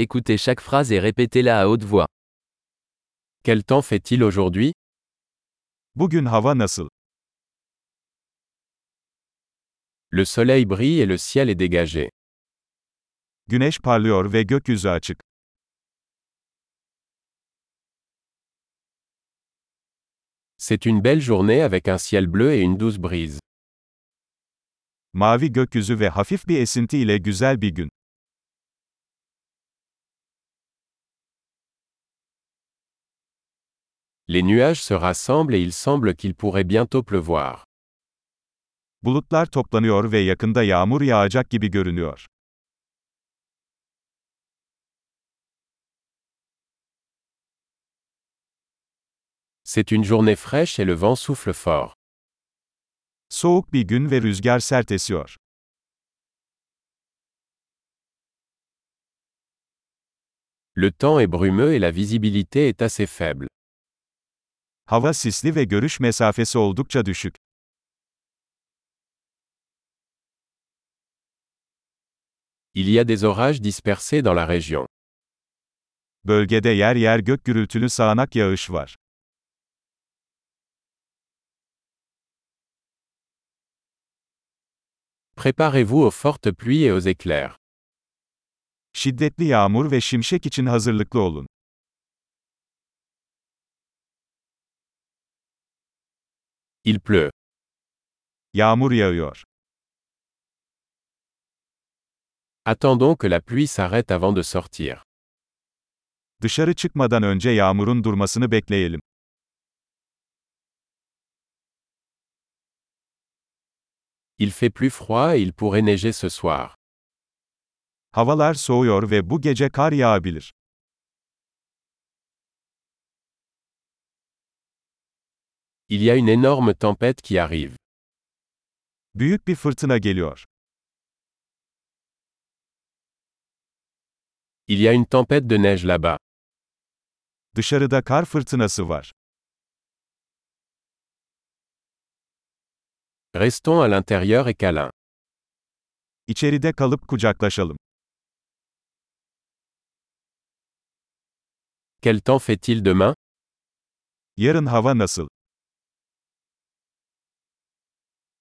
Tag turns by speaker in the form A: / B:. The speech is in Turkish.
A: Écoutez chaque phrase et répétez-la à haute voix. Quel temps fait-il aujourd'hui
B: Bugün hava nasıl?
A: Le soleil brille et le ciel est dégagé.
B: Güneş parlıyor ve gökyüzü açık.
A: C'est une belle journée avec un ciel bleu et une douce brise.
B: Mavi gökyüzü ve hafif bir esinti ile güzel bir gün.
A: Les nuages se rassemblent et il semble qu'il pourrait bientôt pleuvoir.
B: Bulutlar toplanıyor ve yakında yağmur yağacak gibi görünüyor.
A: C'est une journée fraîche et le vent souffle fort.
B: Soğuk bir gün ve rüzgar sert esiyor.
A: Le temps est brumeux et la visibilité est assez faible.
B: Hava sisli ve görüş mesafesi oldukça düşük.
A: Il y a des orages dispersés dans la région.
B: Bölgede yer yer gök gürültülü sağanak yağış var.
A: Préparez-vous aux fortes pluies et aux éclairs.
B: Şiddetli yağmur ve şimşek için hazırlıklı olun.
A: Il pleut.
B: Yağmur yağıyor.
A: Attendons que la pluie s'arrête avant de sortir.
B: Dışarı çıkmadan önce yağmurun durmasını bekleyelim.
A: Il fait plus froid et il pourrait neiger ce soir.
B: Havalar soğuyor ve bu gece kar yağabilir.
A: Il y a une énorme tempête qui arrive.
B: Büyük bir fırtına geliyor.
A: Il y a une tempête de neige là-bas.
B: Dışarıda kar fırtınası var.
A: Restons à l'intérieur et câlin.
B: İçeride kalıp kucaklaşalım.
A: Quel temps fait-il demain
B: Yarın hava nasıl?